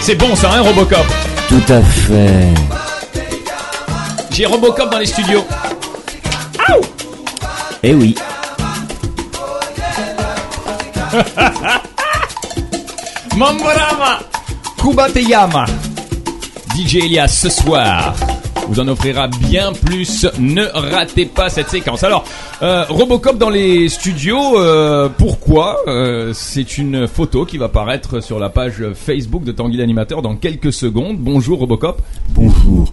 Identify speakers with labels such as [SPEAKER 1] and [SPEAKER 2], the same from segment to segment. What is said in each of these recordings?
[SPEAKER 1] C'est bon ça, hein, Robocop
[SPEAKER 2] Tout à fait.
[SPEAKER 1] J'ai Robocop dans les studios.
[SPEAKER 2] Eh oui.
[SPEAKER 1] Mamborama Kubateyama DJ Elias ce soir vous en offrira bien plus. Ne ratez pas cette séquence. Alors, euh, Robocop dans les studios, euh, pourquoi Euh, C'est une photo qui va paraître sur la page Facebook de Tanguy l'animateur dans quelques secondes. Bonjour Robocop.
[SPEAKER 2] Bonjour.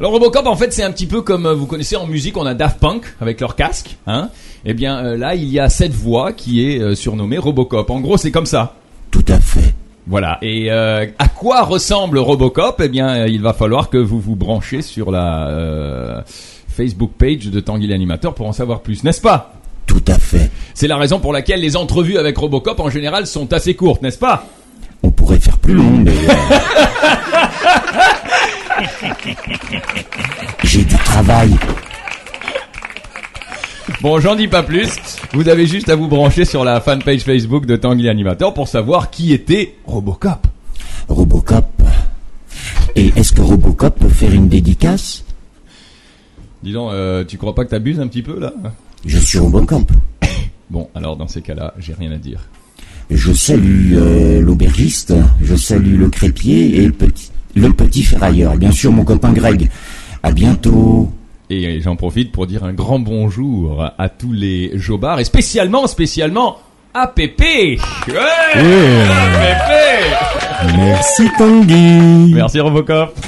[SPEAKER 1] Alors Robocop, en fait, c'est un petit peu comme euh, vous connaissez en musique, on a Daft Punk avec leur casque. Hein eh bien, euh, là, il y a cette voix qui est euh, surnommée Robocop. En gros, c'est comme ça.
[SPEAKER 2] Tout à fait.
[SPEAKER 1] Voilà. Et euh, à quoi ressemble Robocop Eh bien, euh, il va falloir que vous vous branchez sur la euh, Facebook page de Tanguy l'animateur pour en savoir plus, n'est-ce pas
[SPEAKER 2] Tout à fait.
[SPEAKER 1] C'est la raison pour laquelle les entrevues avec Robocop en général sont assez courtes, n'est-ce pas
[SPEAKER 2] On pourrait faire plus long, mais... euh, J'ai du travail.
[SPEAKER 1] Bon, j'en dis pas plus. Vous avez juste à vous brancher sur la fanpage Facebook de Tanguy l'animateur pour savoir qui était Robocop.
[SPEAKER 2] Robocop. Et est-ce que Robocop peut faire une dédicace
[SPEAKER 1] Dis donc, euh, tu crois pas que t'abuses un petit peu là
[SPEAKER 2] Je suis Robocop.
[SPEAKER 1] Bon, alors dans ces cas-là, j'ai rien à dire.
[SPEAKER 2] Je salue euh, l'aubergiste, je salue le crépier et le petit, le petit ferrailleur. Et Bien sûr, mon copain Greg. À bientôt.
[SPEAKER 1] Et j'en profite pour dire un grand bonjour à tous les jobards et spécialement, spécialement à Pépé. Ouais, Pépé.
[SPEAKER 3] Merci Tanguy.
[SPEAKER 1] Merci Robocop.